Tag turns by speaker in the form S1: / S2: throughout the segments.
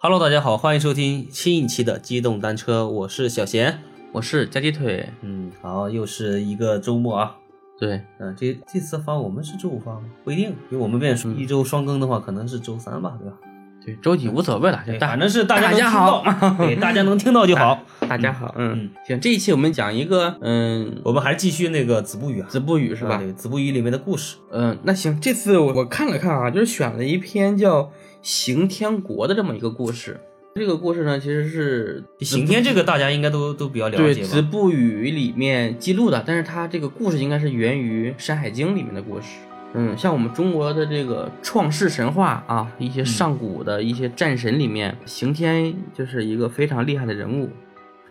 S1: Hello，大家好，欢迎收听新一期的机动单车，我是小贤。
S2: 我是夹鸡腿，
S1: 嗯，好，又是一个周末啊。
S2: 对，
S1: 嗯，这这次发我们是周五发吗？不一定，因为我们变成一周双更的话，可能是周三吧，对吧？
S2: 对，周几无所谓了，就
S1: 对，
S2: 大
S1: 反正是大家能听到
S2: 大家好
S1: 对，大家能听到就好。
S2: 大家好，
S1: 嗯
S2: 嗯，行，这一期我们讲一个，嗯，
S1: 我们还是继续那个子不语啊，
S2: 子不语是
S1: 啊
S2: 吧？
S1: 对，子不语里面的故事。
S2: 嗯，那行，这次我我看了看啊，就是选了一篇叫《刑天国》的这么一个故事。这个故事呢，其实是
S1: 刑天这个大家应该都都比较了
S2: 对
S1: 解
S2: 《
S1: 吧？
S2: 子不语》里面记录的，但是它这个故事应该是源于《山海经》里面的故事。嗯，像我们中国的这个创世神话啊，一些上古的一些战神里面，刑天就是一个非常厉害的人物。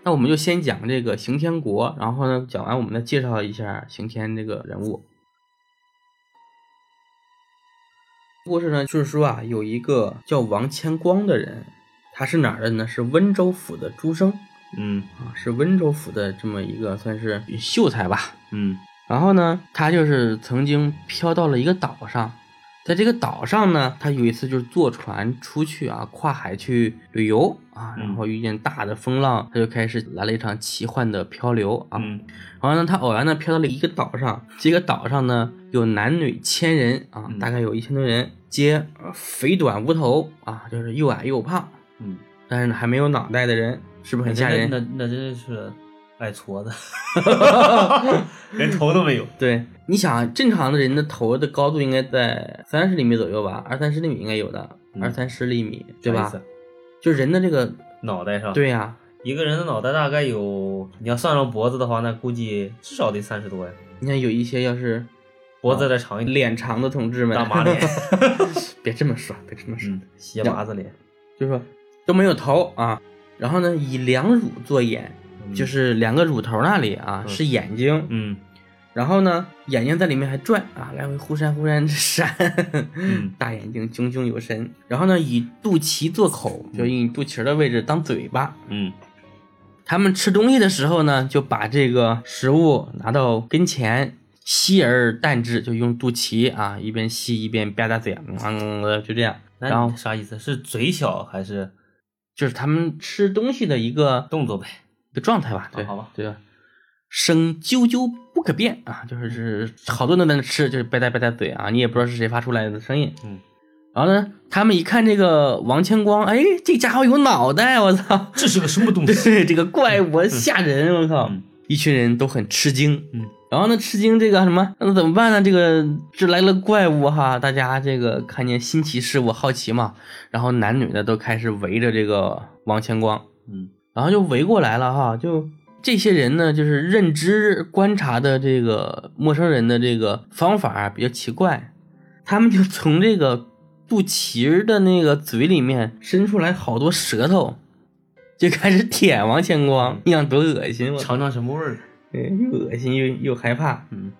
S2: 那我们就先讲这个刑天国，然后呢，讲完我们再介绍一下刑天这个人物。故事呢，就是说啊，有一个叫王谦光的人，他是哪儿人呢？是温州府的诸生。
S1: 嗯
S2: 啊，是温州府的这么一个算是秀才吧。
S1: 嗯
S2: 然后呢，他就是曾经飘到了一个岛上，在这个岛上呢，他有一次就是坐船出去啊，跨海去旅游啊，
S1: 嗯
S2: 然后遇见大的风浪，他就开始来了一场奇幻的漂流啊。
S1: 嗯
S2: 然后呢，他偶然呢飘到了一个岛上，这个岛上呢有男女千人啊，
S1: 嗯
S2: 大概有一千多人，皆呃肥短无头啊，就是又矮又胖，
S1: 嗯，
S2: 但是还没有脑袋的人，是不是很吓人？
S1: 那那那真是爱 矬的，连头都没有。
S2: 对，你想啊正常的人的头的高度应该在三十厘米左右吧，二三十厘米应该有的，
S1: 嗯
S2: 二三十厘米， 对
S1: 啥意
S2: 吧
S1: 思？啊
S2: 就人的这个，
S1: 脑袋上，
S2: 对呀、
S1: 一个人的脑袋大概有，你要算上脖子的话，那估计至少得三十多呀。
S2: 你看有一些要是
S1: 脖子再长一点，
S2: 脸长的同志们，
S1: 大马脸，
S2: 别这么说，别这么说，
S1: 嗯，斜麻子脸，
S2: 就说都没有头啊。然后呢，以两乳作眼，
S1: 嗯
S2: 就是两个乳头那里啊、
S1: 嗯
S2: 是眼睛，
S1: 嗯
S2: 然后呢眼睛在里面还转啊，来回忽闪忽闪地闪，
S1: 嗯
S2: 大眼睛炯炯有神。然后呢，以肚脐做口，就以肚脐儿的位置当嘴巴。
S1: 嗯
S2: 他们吃东西的时候呢，就把这个食物拿到跟前，吸而啖之，就用肚脐啊，一边吸一边吧嗒嘴，嗯嗯嗯就这样。
S1: 那
S2: 然后
S1: 你啥意思？是嘴小还是
S2: 就是他们吃东西的一个
S1: 动作呗？
S2: 一个状态吧，对，
S1: 啊好吧
S2: 对吧？啊声赳赳不可辨啊，就是
S1: 嗯
S2: 是好多人都在那吃，就是吧嗒吧嗒嘴啊，你也不知道是谁发出来的声音。
S1: 嗯，
S2: 然后呢，他们一看这个王千光，哎，这家伙有脑袋，我 操！
S1: 这是个什么东 西？
S2: 对，这个怪物啊吓人，我靠！
S1: 嗯
S2: 一群人都很吃惊。
S1: 嗯，
S2: 然后呢，吃惊这个什么，那怎么办呢？这个这来了怪物哈，大家这个看见新奇事物好奇嘛，然后男女的都开始围着这个王千光，
S1: 嗯
S2: 然后就围过来了哈，就。这些人呢，就是认知观察的这个陌生人的这个方法啊比较奇怪，他们就从这个肚脐儿的那个嘴里面伸出来好多舌头，就开始舔王千光，你想多恶心我操！
S1: 尝尝什么味儿？
S2: 对又恶心又又害怕，
S1: 嗯，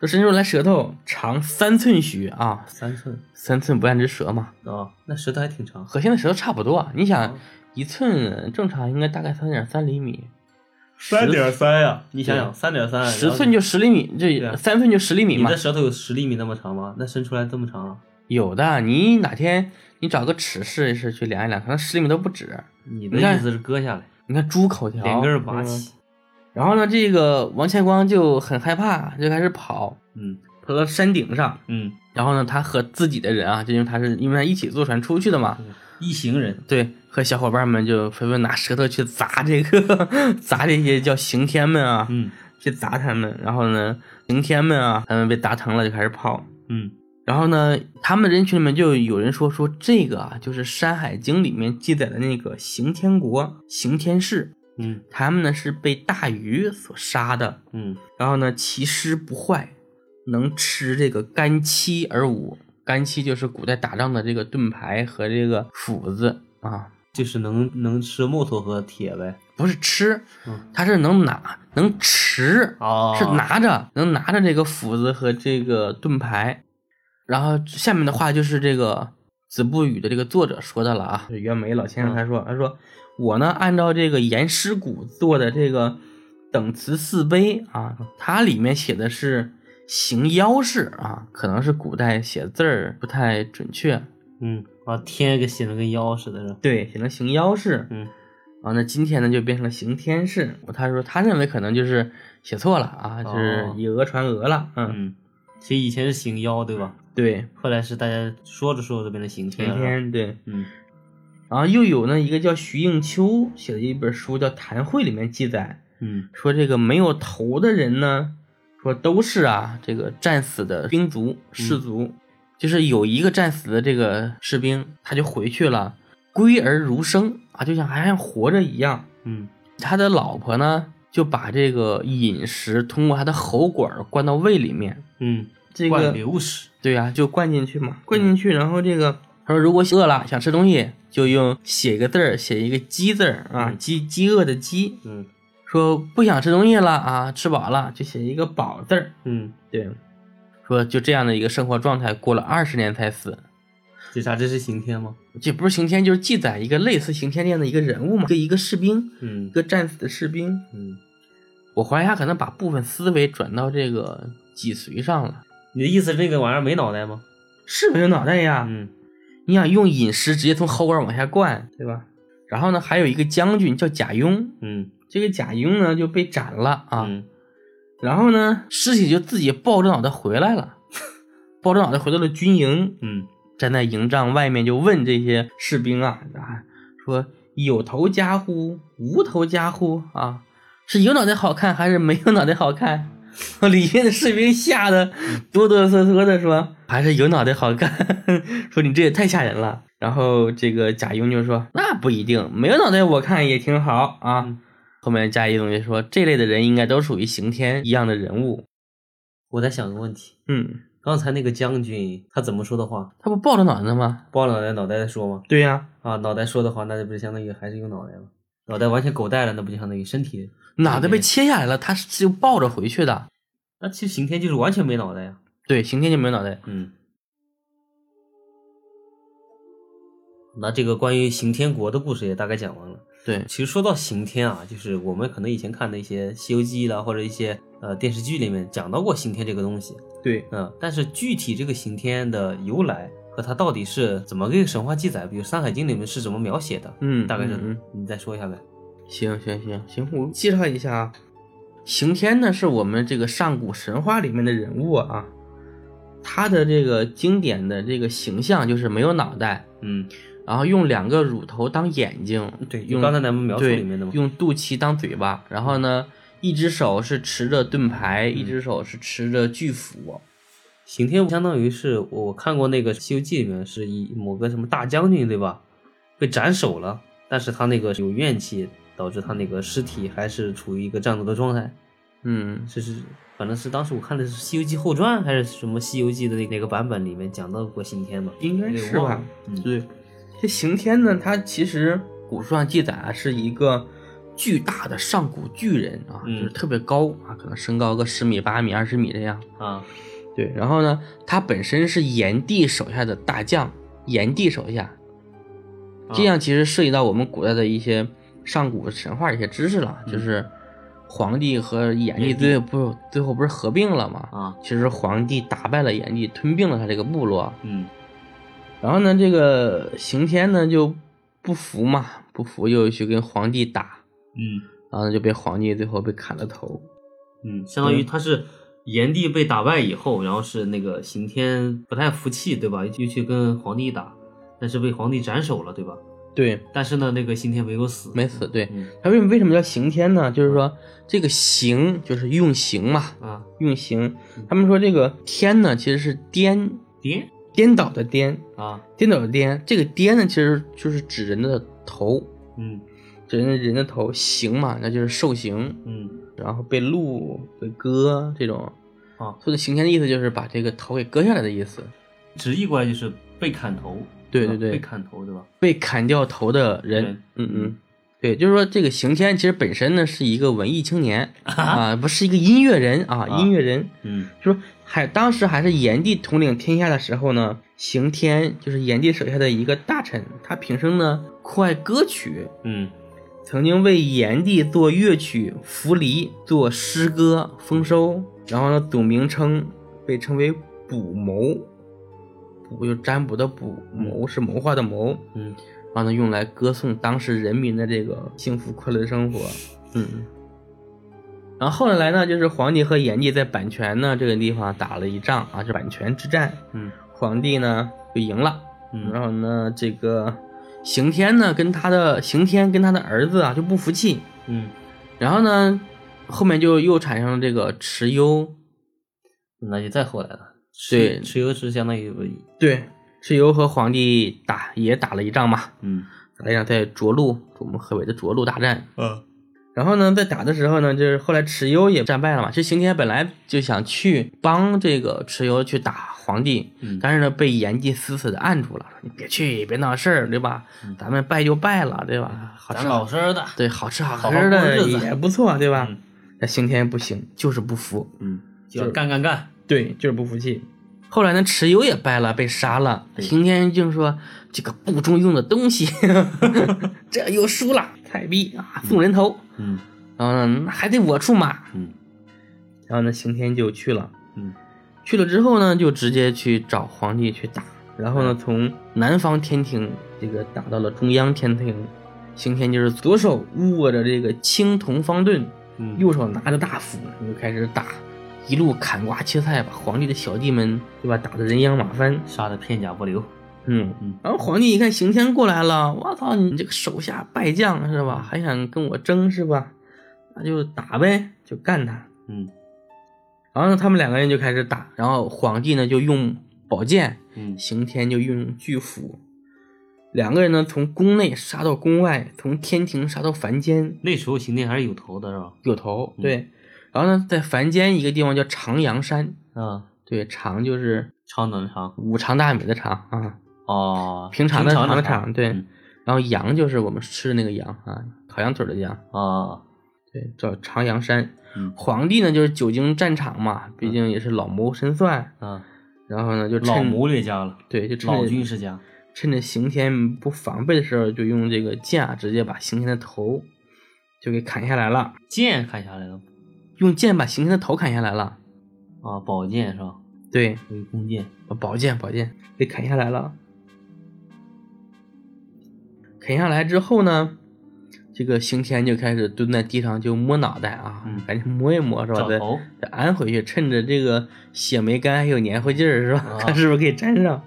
S2: 就伸出来舌头，长三寸许啊，
S1: 三寸
S2: 三寸不烂之舌嘛，
S1: 啊，那舌头还挺长。
S2: 和现在舌头差不多啊。你想
S1: 哦，
S2: 一寸正常应该大概三点三厘米，
S1: 三呀，你想想，三点三，
S2: 十寸就十厘米，
S1: 嗯对啊
S2: 这三寸就十厘米
S1: 你
S2: 嘛
S1: 的。舌头有十厘米那么长吗？那伸出来这么长啊？
S2: 有的，你哪天你找个尺试一试，去量一量，可能十厘米都不止。
S1: 你的
S2: 你看
S1: 意思是割下来，
S2: 你看猪口条，
S1: 连根儿拔
S2: 嗯
S1: 起？
S2: 然后呢，这个王千光就很害怕，就开始跑，
S1: 嗯
S2: 跑到山顶上。
S1: 嗯，
S2: 然后呢，他和自己的人啊，就因为他是因为他一起坐船出去的嘛，
S1: 一行人，
S2: 对，和小伙伴们就纷纷拿舌头去砸这个 砸这些叫刑天们啊，
S1: 嗯
S2: 去砸他们。然后呢，刑天们啊，他们被砸疼了就开始跑。
S1: 嗯
S2: 然后呢，他们人群里面就有人说说这个啊，就是《山海经》里面记载的那个刑天国、刑天氏，
S1: 嗯
S2: 他们呢是被大鱼所杀的。
S1: 嗯，
S2: 然后呢，其尸不坏，能吃这个干漆而无。干漆就是古代打仗的这个盾牌和这个斧子啊，
S1: 就是能能吃木头和铁呗。
S2: 不是吃
S1: 嗯，
S2: 它是能拿，能持，
S1: 哦
S2: 是拿着，能拿着这个斧子和这个盾牌。然后下面的话就是这个《子不语》的这个作者说的了啊，就是袁枚老先生他说，他说我呢按照这个颜师古做的这个等词四碑啊，它里面写的是行妖式啊，可能是古代写字儿不太准确。
S1: 嗯啊，天给写了个妖似的，是吧
S2: 对，写成行妖士。
S1: 嗯
S2: 啊，那今天呢就变成了刑天士。他说他认为可能就是写错了啊，就是
S1: 哦
S2: 以讹传讹了。嗯，
S1: 嗯，其实以前是行妖对吧？
S2: 对，
S1: 后来是大家说着说着变成刑天
S2: 刑
S1: 了，
S2: 天对。
S1: 嗯
S2: 然后又有呢一个叫徐应秋写的一本书叫《谈会》，里面记载
S1: 嗯
S2: 说这个没有头的人呢，说都是啊这个战死的兵卒士卒，
S1: 嗯
S2: 就是有一个战死的这个士兵，他就回去了，归而如生啊，就像还像活着一样。
S1: 嗯
S2: 他的老婆呢就把这个饮食通过他的喉管儿灌到胃里面，
S1: 嗯，
S2: 这
S1: 灌
S2: 个
S1: 流屎，
S2: 对呀、就灌进去嘛，灌进去，然后这个他说如果饿了想吃东西，就用写一个字儿，写一个饥字儿啊，
S1: 嗯
S2: 饥饥饿的饥。
S1: 嗯
S2: 说不想吃东西了啊，吃饱了就写一个饱字儿。
S1: 嗯，
S2: 对，说就这样的一个生活状态，过了二十年才死。
S1: 这啥？这是刑天吗？
S2: 这不是刑天，就是记载一个类似刑天这样的一个人物嘛，一个一个士兵，一
S1: 嗯
S2: 个战死的士兵。
S1: 嗯，
S2: 我怀疑他可能把部分思维转到这个脊髓上了，
S1: 你的意思这个玩意儿没脑袋吗？
S2: 是没有脑袋呀？
S1: 嗯
S2: 你想用饮食直接从喉管往下灌，对吧？然后呢，还有一个将军叫贾雍，
S1: 嗯
S2: 这个贾雍呢就被斩了啊。
S1: 嗯
S2: 然后呢，尸体就自己抱着脑袋回来了， 抱着脑袋回到了军营，
S1: 嗯
S2: 站在营帐外面就问这些士兵啊啊，说有头家乎，无头家乎啊？是有脑袋好看还是没有脑袋好看？ 里面的士兵吓得哆哆嗦嗦的说：“还是有脑袋好看。”说你这也太吓人了。然后这个贾雍就说：“那不一定，没有脑袋我看也挺好啊。
S1: 嗯
S2: 后面贾谊同学说，这类的人应该都属于刑天一样的人物。
S1: 我在想个问题，
S2: 嗯，
S1: 刚才那个将军他怎么说的话？
S2: 他不抱着脑袋吗？
S1: 抱着脑袋脑袋在说吗？
S2: 对呀、
S1: 啊，脑袋说的话，那就不是相当于还是有脑袋吗？脑袋完全狗带了，那不就相当于身体？
S2: 脑袋被
S1: 嗯
S2: 切下来了，他是就抱着回去的。
S1: 那其实刑天就是完全没脑袋呀、
S2: 对，刑天就没有脑袋。
S1: 嗯。那这个关于刑天国的故事也大概讲完了。
S2: 对，
S1: 其实说到刑天啊，就是我们可能以前看的一些《西游记》啦，或者一些呃电视剧里面讲到过刑天这个东西。
S2: 对，
S1: 嗯，但是具体这个刑天的由来和它到底是怎么个神话记载，比如《山海经》里面是怎么描写的，
S2: 嗯，
S1: 大概是、
S2: 嗯，嗯
S1: 你再说一下呗。
S2: 行行行行，我介绍一下啊，刑天呢是我们这个上古神话里面的人物啊，他的这个经典的这个形象就是没有脑袋，
S1: 嗯，
S2: 然后用两个乳头当眼睛，
S1: 对，就
S2: 用
S1: 刚才咱们描述
S2: 对，
S1: 里面的嘛。
S2: 用肚脐当嘴巴，然后呢，一只手是持着盾牌，
S1: 嗯
S2: 一只手是持着巨斧。
S1: 刑天相当于是我看过那个《西游记》里面是一某个什么大将军对吧，被斩首了，但是他那个有怨气，导致他那个尸体还是处于一个战斗的状态。
S2: 嗯，
S1: 是是，反正是当时我看的是《西游记后传》还是什么《西游记》的那哪个版本里面讲到过刑天嘛？
S2: 应该
S1: 有点
S2: 是
S1: 忘
S2: 吧
S1: 了？嗯
S2: 对，这刑天呢，他其实古书上记载啊，是一个巨大的上古巨人啊，
S1: 嗯
S2: 就是特别高啊，可能身高个十米、八米、二十米这样。
S1: 啊，
S2: 对，然后呢，他本身是炎帝手下的大将，炎帝手下，
S1: 啊
S2: 这样其实涉及到我们古代的一些上古神话的一些知识了，
S1: 嗯
S2: 就是皇帝和炎帝
S1: 炎帝
S2: 最后不是最后不是合并了吗？
S1: 啊，
S2: 其实皇帝打败了炎帝，吞并了他这个部落。啊
S1: 嗯
S2: 然后呢，这个刑天呢就不服嘛，不服又去跟皇帝打，
S1: 嗯
S2: 然后呢就被皇帝最后被砍了头。
S1: 嗯，相当于他是炎帝被打败以后，然后是那个刑天不太服气，对吧？又去跟皇帝打，但是被皇帝斩首了，对吧？
S2: 对，
S1: 但是呢，那个刑天没有死，
S2: 没死。对，
S1: 嗯
S2: 他为为什么叫刑天呢？就是说这个刑就是用刑嘛，
S1: 啊，
S2: 用刑。他们说这个天呢其实是颠
S1: 爹
S2: 颠倒的颠，
S1: 啊，
S2: 颠倒的颠，这个颠呢，其实就是指人的头，
S1: 嗯
S2: 指人人的头，刑嘛，那就是受刑，
S1: 嗯
S2: 然后被戮、被割这种。
S1: 啊，
S2: 所以刑天的意思就是把这个头给割下来的意思，
S1: 直译过来就是被砍头，
S2: 对
S1: 是吧
S2: 对对
S1: 被砍头，对吧？
S2: 被砍掉头的人
S1: 人。
S2: 嗯嗯，对，就是说这个刑天其实本身呢是一个文艺青年啊，不是一个音乐人啊，
S1: 啊
S2: 音乐人。
S1: 嗯
S2: 就是说还当时还是炎帝统领天下的时候呢，刑天就是炎帝手下的一个大臣，他平生呢酷爱歌曲，
S1: 嗯
S2: 曾经为炎帝做乐曲《扶犁》，做诗歌《丰收》，然后呢，总名称被称为卜谋。卜就是占卜的卜，
S1: 嗯
S2: 谋是谋划的谋，
S1: 嗯，
S2: 让它用来歌颂当时人民的这个幸福快乐的生活。嗯，然后后来呢，就是皇帝和炎帝在阪泉呢这个地方打了一仗啊，就阪泉之战。
S1: 嗯，
S2: 皇帝呢就赢了。
S1: 嗯
S2: 然后呢，这个刑天呢跟他的刑天跟他的儿子啊就不服气，
S1: 嗯，
S2: 然后呢，后面就又产生了这个蚩尤，
S1: 那就再后来了。
S2: 对
S1: 蚩尤是相当于，
S2: 对，蚩尤和皇帝打也打了一仗嘛，
S1: 嗯
S2: 打了一仗在涿鹿，我们河北的涿鹿大战。
S1: 嗯
S2: 然后呢，在打的时候呢，就是后来蚩尤也战败了嘛。其实刑天本来就想去帮这个蚩尤去打皇帝，
S1: 嗯
S2: 但是呢，被炎帝死死的按住了，说你别去，别闹事儿，对吧？咱们败就败了，对吧？好
S1: 嗯咱
S2: 吃
S1: 老实的，
S2: 对，好吃好
S1: 好好
S2: 喝
S1: 过
S2: 的
S1: 日子
S2: 也不错，对吧
S1: 嗯？
S2: 那刑天不行，就是不服，
S1: 嗯，
S2: 就
S1: 就是是干干干，
S2: 对，就是不服气。后来呢，蚩尤也败了，被杀了。
S1: 对
S2: 刑天就说：“这个不中用的东 西，这又输了，菜逼啊，送人头。
S1: 嗯
S2: 然后呢，那还得我出马。
S1: 嗯
S2: 然后呢，刑天就去了。
S1: 嗯
S2: 去了之后呢，就直接去找皇帝去打。然后呢，从南方天庭这个打到了中央天庭。刑天就是左手握着这个青铜方盾，
S1: 嗯，
S2: 右手拿着大斧，就开始打，一路砍瓜切菜，把皇帝的小弟们对吧打得人仰马翻。
S1: 杀的片甲不留，
S2: 嗯
S1: 嗯，
S2: 然后皇帝一看刑天过来了，我操，你这个手下败将是吧？还想跟我争是吧？那就打呗，就干他。
S1: 嗯
S2: 然后呢，他们两个人就开始打，然后皇帝呢就用宝剑，
S1: 嗯
S2: 刑天就运用巨斧，两个人呢从宫内杀到宫外，从天庭杀到凡间，
S1: 那时候刑天还是有头的是吧？
S2: 有头对。然后呢，在凡间一个地方叫长阳山，
S1: 啊，
S2: 对，长就是
S1: 长短长
S2: 五常大米的常啊，
S1: 哦，
S2: 平常的
S1: 的
S2: 长的
S1: 长
S2: 长对
S1: 嗯
S2: 然后羊就是我们吃的那个羊啊，烤羊腿的羊，
S1: 啊，
S2: 对，叫长阳山。
S1: 嗯
S2: 皇帝呢就是久经战场嘛，毕竟也是老谋深算，
S1: 啊，
S2: 然后呢就趁
S1: 嗯老谋略家了，
S2: 对，就趁
S1: 老
S2: 着
S1: 军事家，
S2: 趁着刑天不防备的时候，就用这个剑啊直接把刑天的头就给砍下来了，
S1: 剑砍下来了
S2: 用剑把刑天的头砍下来了，
S1: 啊，宝剑是吧？
S2: 对，
S1: 有一弓箭，
S2: 呃宝剑，宝剑给砍下来了。砍下来之后呢，这个刑天就开始蹲在地上就摸脑袋啊，
S1: 嗯
S2: 赶紧摸一摸是吧？
S1: 找
S2: 再
S1: 头
S2: 再安回去，趁着这个血没干还有黏糊劲儿是吧？
S1: 啊
S2: 看是不是可以粘上，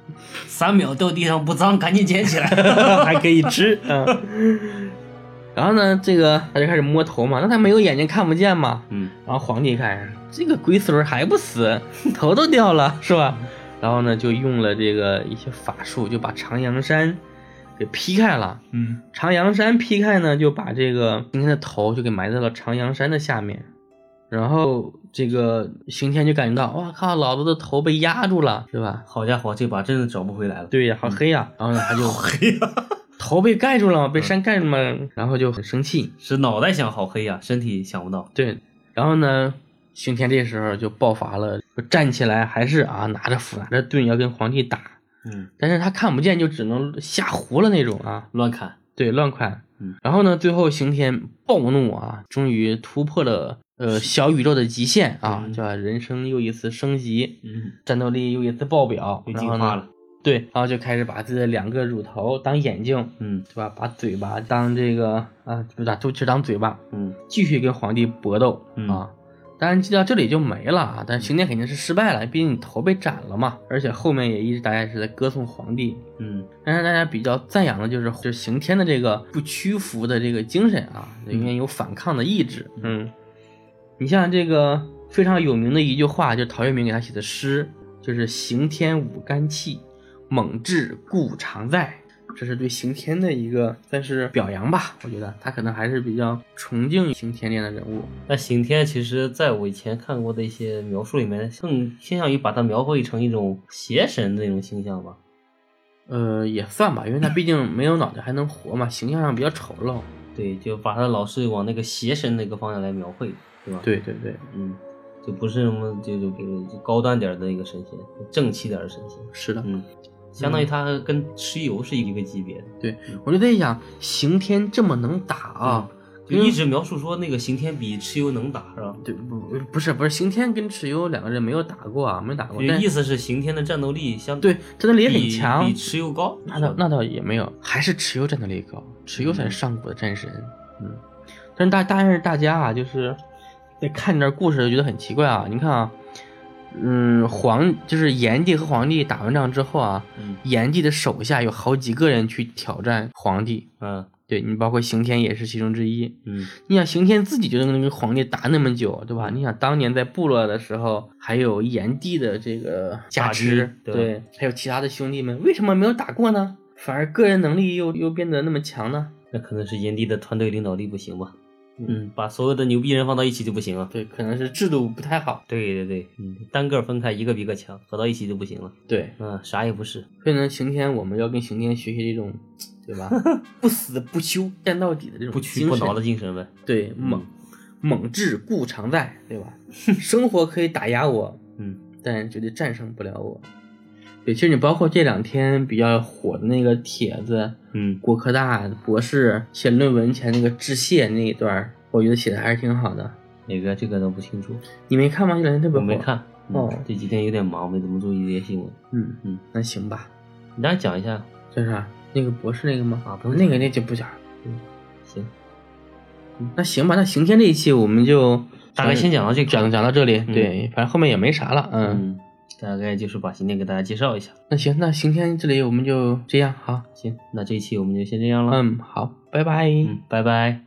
S1: 三秒掉地上不脏，赶紧捡起来。
S2: 还可以吃。嗯。然后呢，这个他就开始摸头嘛，那他没有眼睛看不见嘛，
S1: 嗯
S2: 然后皇帝一看，这个龟孙儿还不死， 头都掉了，是吧？然后呢，就用了这个一些法术，就把长阳山给劈开了。
S1: 嗯
S2: 长阳山劈开呢，就把这个刑天的头就给埋在了长阳山的下面。然后这个刑天就感觉到，哇靠，老子的头被压住了，是吧？
S1: 好家伙，这把真的找不回来了。
S2: 对呀，好黑呀、然后呢，他就
S1: 黑啊呀、
S2: 头被盖住了嘛，被山盖住嘛，然后就很生气。
S1: 是脑袋想好黑呀、身体想不到。
S2: 对，然后呢，刑天这时候就爆发了，就站起来还是啊拿着斧拿着盾要跟皇帝打，
S1: 嗯，
S2: 但是他看不见，就只能瞎胡了那种啊，
S1: 乱砍。
S2: 对，乱砍。
S1: 嗯
S2: 然后呢，最后刑天暴怒啊，终于突破了呃小宇宙的极限啊，
S1: 嗯
S2: 叫人生又一次升级，
S1: 嗯，
S2: 战斗力又一次爆表，
S1: 又
S2: 然
S1: 进
S2: 后
S1: 化
S2: 呢，
S1: 了。
S2: 对，然后就开始把自己的两个乳头当眼睛，
S1: 嗯
S2: 对吧？把嘴巴当这个啊，不是把肚脐当嘴巴，
S1: 嗯
S2: 继续跟皇帝搏斗、
S1: 嗯
S2: 啊。当然，到这里就没了啊。但是刑天肯定是失败了，毕竟你头被斩了嘛。而且后面也一直大家是在歌颂皇帝，
S1: 嗯
S2: 但是大家比较赞扬的就是就是刑天的这个不屈服的这个精神啊，里面有反抗的意志。嗯，你像这个非常有名的一句话，就是陶渊明给他写的诗，就是“刑天舞肝气，猛志固常在”。这是对刑天的一个算是表扬吧，我觉得他可能还是比较崇敬刑天这样的人物。
S1: 那刑天其实，在我以前看过的一些描述里面，更倾向于把它描绘成一种邪神的那种形象吧。
S2: 呃，也算吧，因为他毕竟没有脑袋还能活嘛，形象上比较丑陋。
S1: 对，就把它老是往那个邪神那个方向来描绘，对吧？，
S2: 对对对，
S1: 嗯，就不是什么就就比如就高端点儿的一个神仙，正气点儿的神仙。
S2: 是的。
S1: 嗯，相当于他跟蚩尤是一个级别的。
S2: 对，我就在想，刑天这么能打啊，
S1: 就一直描述说那个刑天比蚩尤能打是吧？
S2: 对，不不不是不是，刑天跟蚩尤两个人没有打过啊，没打过。
S1: 就
S2: 但
S1: 意思是刑天的战斗力相
S2: 对战斗力也很
S1: 比
S2: 强
S1: 比，蚩尤高。
S2: 那倒那倒也没有，还是蚩尤战斗力高，蚩尤才是上古的战神。嗯，但是大但是大家啊，就是在看这故事就觉得很奇怪啊。你看啊，嗯，皇就是炎帝和黄帝打完仗之后啊，
S1: 嗯
S2: 炎帝的手下有好几个人去挑战黄帝，
S1: 嗯
S2: 对你包括刑天也是其中之一。
S1: 嗯
S2: 你想刑天自己就能跟皇帝打那么久，对吧？你想当年在部落的时候，还有炎帝的这个加
S1: 大
S2: 持
S1: 帝，对
S2: 对，还有其他的兄弟们，为什么没有打过呢？反而个人能力又又变得那么强呢？
S1: 那可能是炎帝的团队领导力不行吧？
S2: 嗯
S1: 嗯，把所有的牛逼人放到一起就不行了。
S2: 对，可能是制度不太好。
S1: 对对对，嗯，单个分开一个比一个强，合到一起就不行了。
S2: 对，
S1: 嗯，啥也不是。
S2: 所以呢，刑天我们要跟刑天学习这种，对 吧？不死不休、战到底的这种
S1: 不屈不挠的嗯精神呗。
S2: 对，猛猛志固常在，对吧？ 生活可以打压我，
S1: 嗯
S2: 但绝对战胜不了我。对，其实你包括这两天比较火的那个帖子，
S1: 嗯
S2: 国科大博士写论文前那个致谢那一段儿，我觉得写的还是挺好的。
S1: 哪个这个都不清楚，
S2: 你没看吗？这两天特别
S1: 我
S2: 火。
S1: 没。看。嗯
S2: 哦
S1: 这几天有点忙，没怎么注意这些新闻。
S2: 嗯
S1: 嗯，
S2: 那行吧。
S1: 你大家讲一下。
S2: 就是啊，那个博士那个吗？
S1: 啊不用
S2: 那个，那就不讲。
S1: 行，
S2: 那行吧，那刑天这一期我们就
S1: 大概先讲到这块
S2: 讲讲到这里。
S1: 嗯
S2: 对，反正后面也没啥了。嗯，
S1: 嗯，大概就是把刑天给大家介绍一下。
S2: 那行，那刑天这里我们就这样。好，
S1: 行，那这一期我们就先这样了。
S2: 嗯，好，拜拜。
S1: 嗯，拜拜。